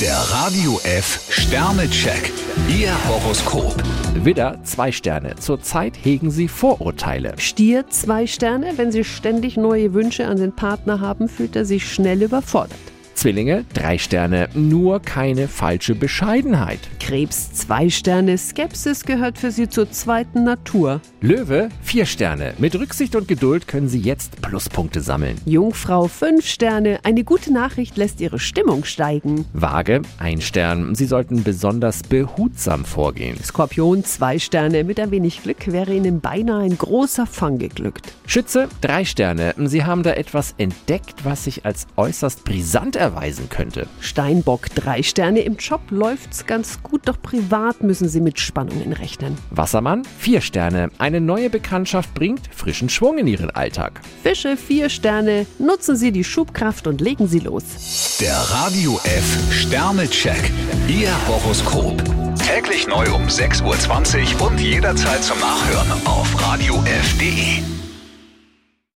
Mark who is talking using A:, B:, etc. A: Der Radio F Sternecheck. Ihr Horoskop.
B: Widder, zwei Sterne. Zurzeit hegen Sie Vorurteile.
C: Stier zwei Sterne, wenn Sie ständig neue Wünsche an den Partner haben, fühlt er sich schnell überfordert.
B: Zwillinge, drei Sterne. Nur keine falsche Bescheidenheit.
C: Krebs zwei Sterne, Skepsis gehört für Sie zur zweiten Natur.
B: Löwe, vier Sterne. Mit Rücksicht und Geduld können Sie jetzt Pluspunkte sammeln.
C: Jungfrau fünf Sterne, eine gute Nachricht lässt Ihre Stimmung steigen.
B: Waage, ein Stern. Sie sollten besonders behutsam vorgehen.
C: Skorpion zwei Sterne, mit ein wenig Glück wäre Ihnen beinahe ein großer Fang geglückt.
B: Schütze, drei Sterne. Sie haben da etwas entdeckt, was sich als äußerst brisant erweisen könnte.
C: Steinbock drei Sterne, im Job läuft's ganz gut, doch privat müssen Sie mit Spannungen rechnen.
B: Wassermann, vier Sterne. Eine neue Bekanntschaft bringt frischen Schwung in Ihren Alltag.
C: Fische vier Sterne, nutzen Sie die Schubkraft und legen Sie los.
A: Der Radio F Sternecheck. Ihr Horoskop. Täglich neu um 6.20 Uhr und jederzeit zum Nachhören auf E.